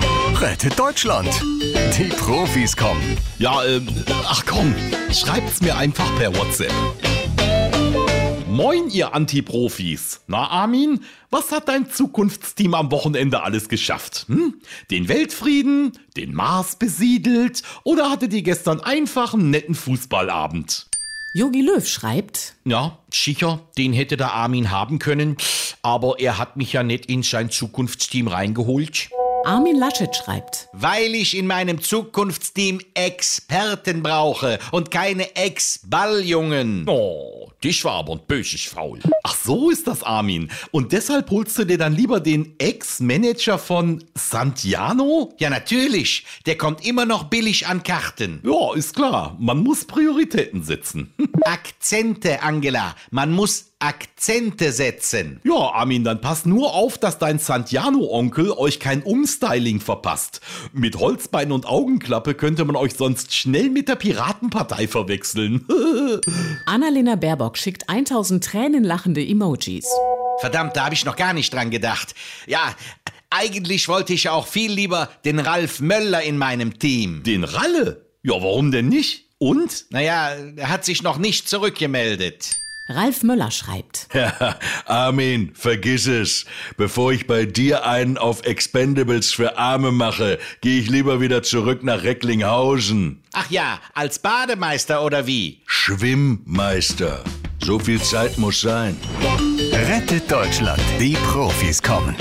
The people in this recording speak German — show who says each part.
Speaker 1: Woche rettet Deutschland. Die Profis kommen.
Speaker 2: Ja, ähm, ach komm, schreibt's mir einfach per WhatsApp. Moin, ihr Anti-Profis. Na, Armin, was hat dein Zukunftsteam am Wochenende alles geschafft? Hm? Den Weltfrieden? Den Mars besiedelt? Oder hattet ihr gestern einfach einen netten Fußballabend?
Speaker 3: Yogi Löw schreibt,
Speaker 2: Ja, sicher, den hätte der Armin haben können, aber er hat mich ja nicht in sein Zukunftsteam reingeholt.
Speaker 3: Armin Laschet schreibt,
Speaker 4: weil ich in meinem Zukunftsteam Experten brauche und keine Ex-Balljungen.
Speaker 2: Oh, dich war aber ein böses Faul. Ach, so ist das, Armin. Und deshalb holst du dir dann lieber den Ex-Manager von Santiano?
Speaker 4: Ja, natürlich, der kommt immer noch billig an Karten.
Speaker 2: Ja, ist klar. Man muss Prioritäten setzen.
Speaker 4: Akzente, Angela, man muss Akzente setzen.
Speaker 2: ja, Armin, dann pass nur auf, dass dein Santiano-Onkel euch kein Umstyling verpasst. Mit Holzbein und Augenklappe könnte man euch sonst schnell mit der Piratenpartei verwechseln.
Speaker 3: Annalena Baerbock schickt 1000 tränenlachende Emojis.
Speaker 4: Verdammt, da habe ich noch gar nicht dran gedacht. Ja, eigentlich wollte ich ja auch viel lieber den Ralf Möller in meinem Team.
Speaker 2: Den Ralle? Ja, warum denn nicht? Und?
Speaker 4: Naja, er hat sich noch nicht zurückgemeldet.
Speaker 3: Ralf Möller schreibt,
Speaker 5: Armin, vergiss es. Bevor ich bei dir einen auf Expendables für Arme mache, gehe ich lieber wieder zurück nach Recklinghausen.
Speaker 4: Ach ja, als Bademeister oder wie?
Speaker 5: Schwimmmeister. So viel Zeit muss sein.
Speaker 1: Rettet Deutschland. Die Profis kommen.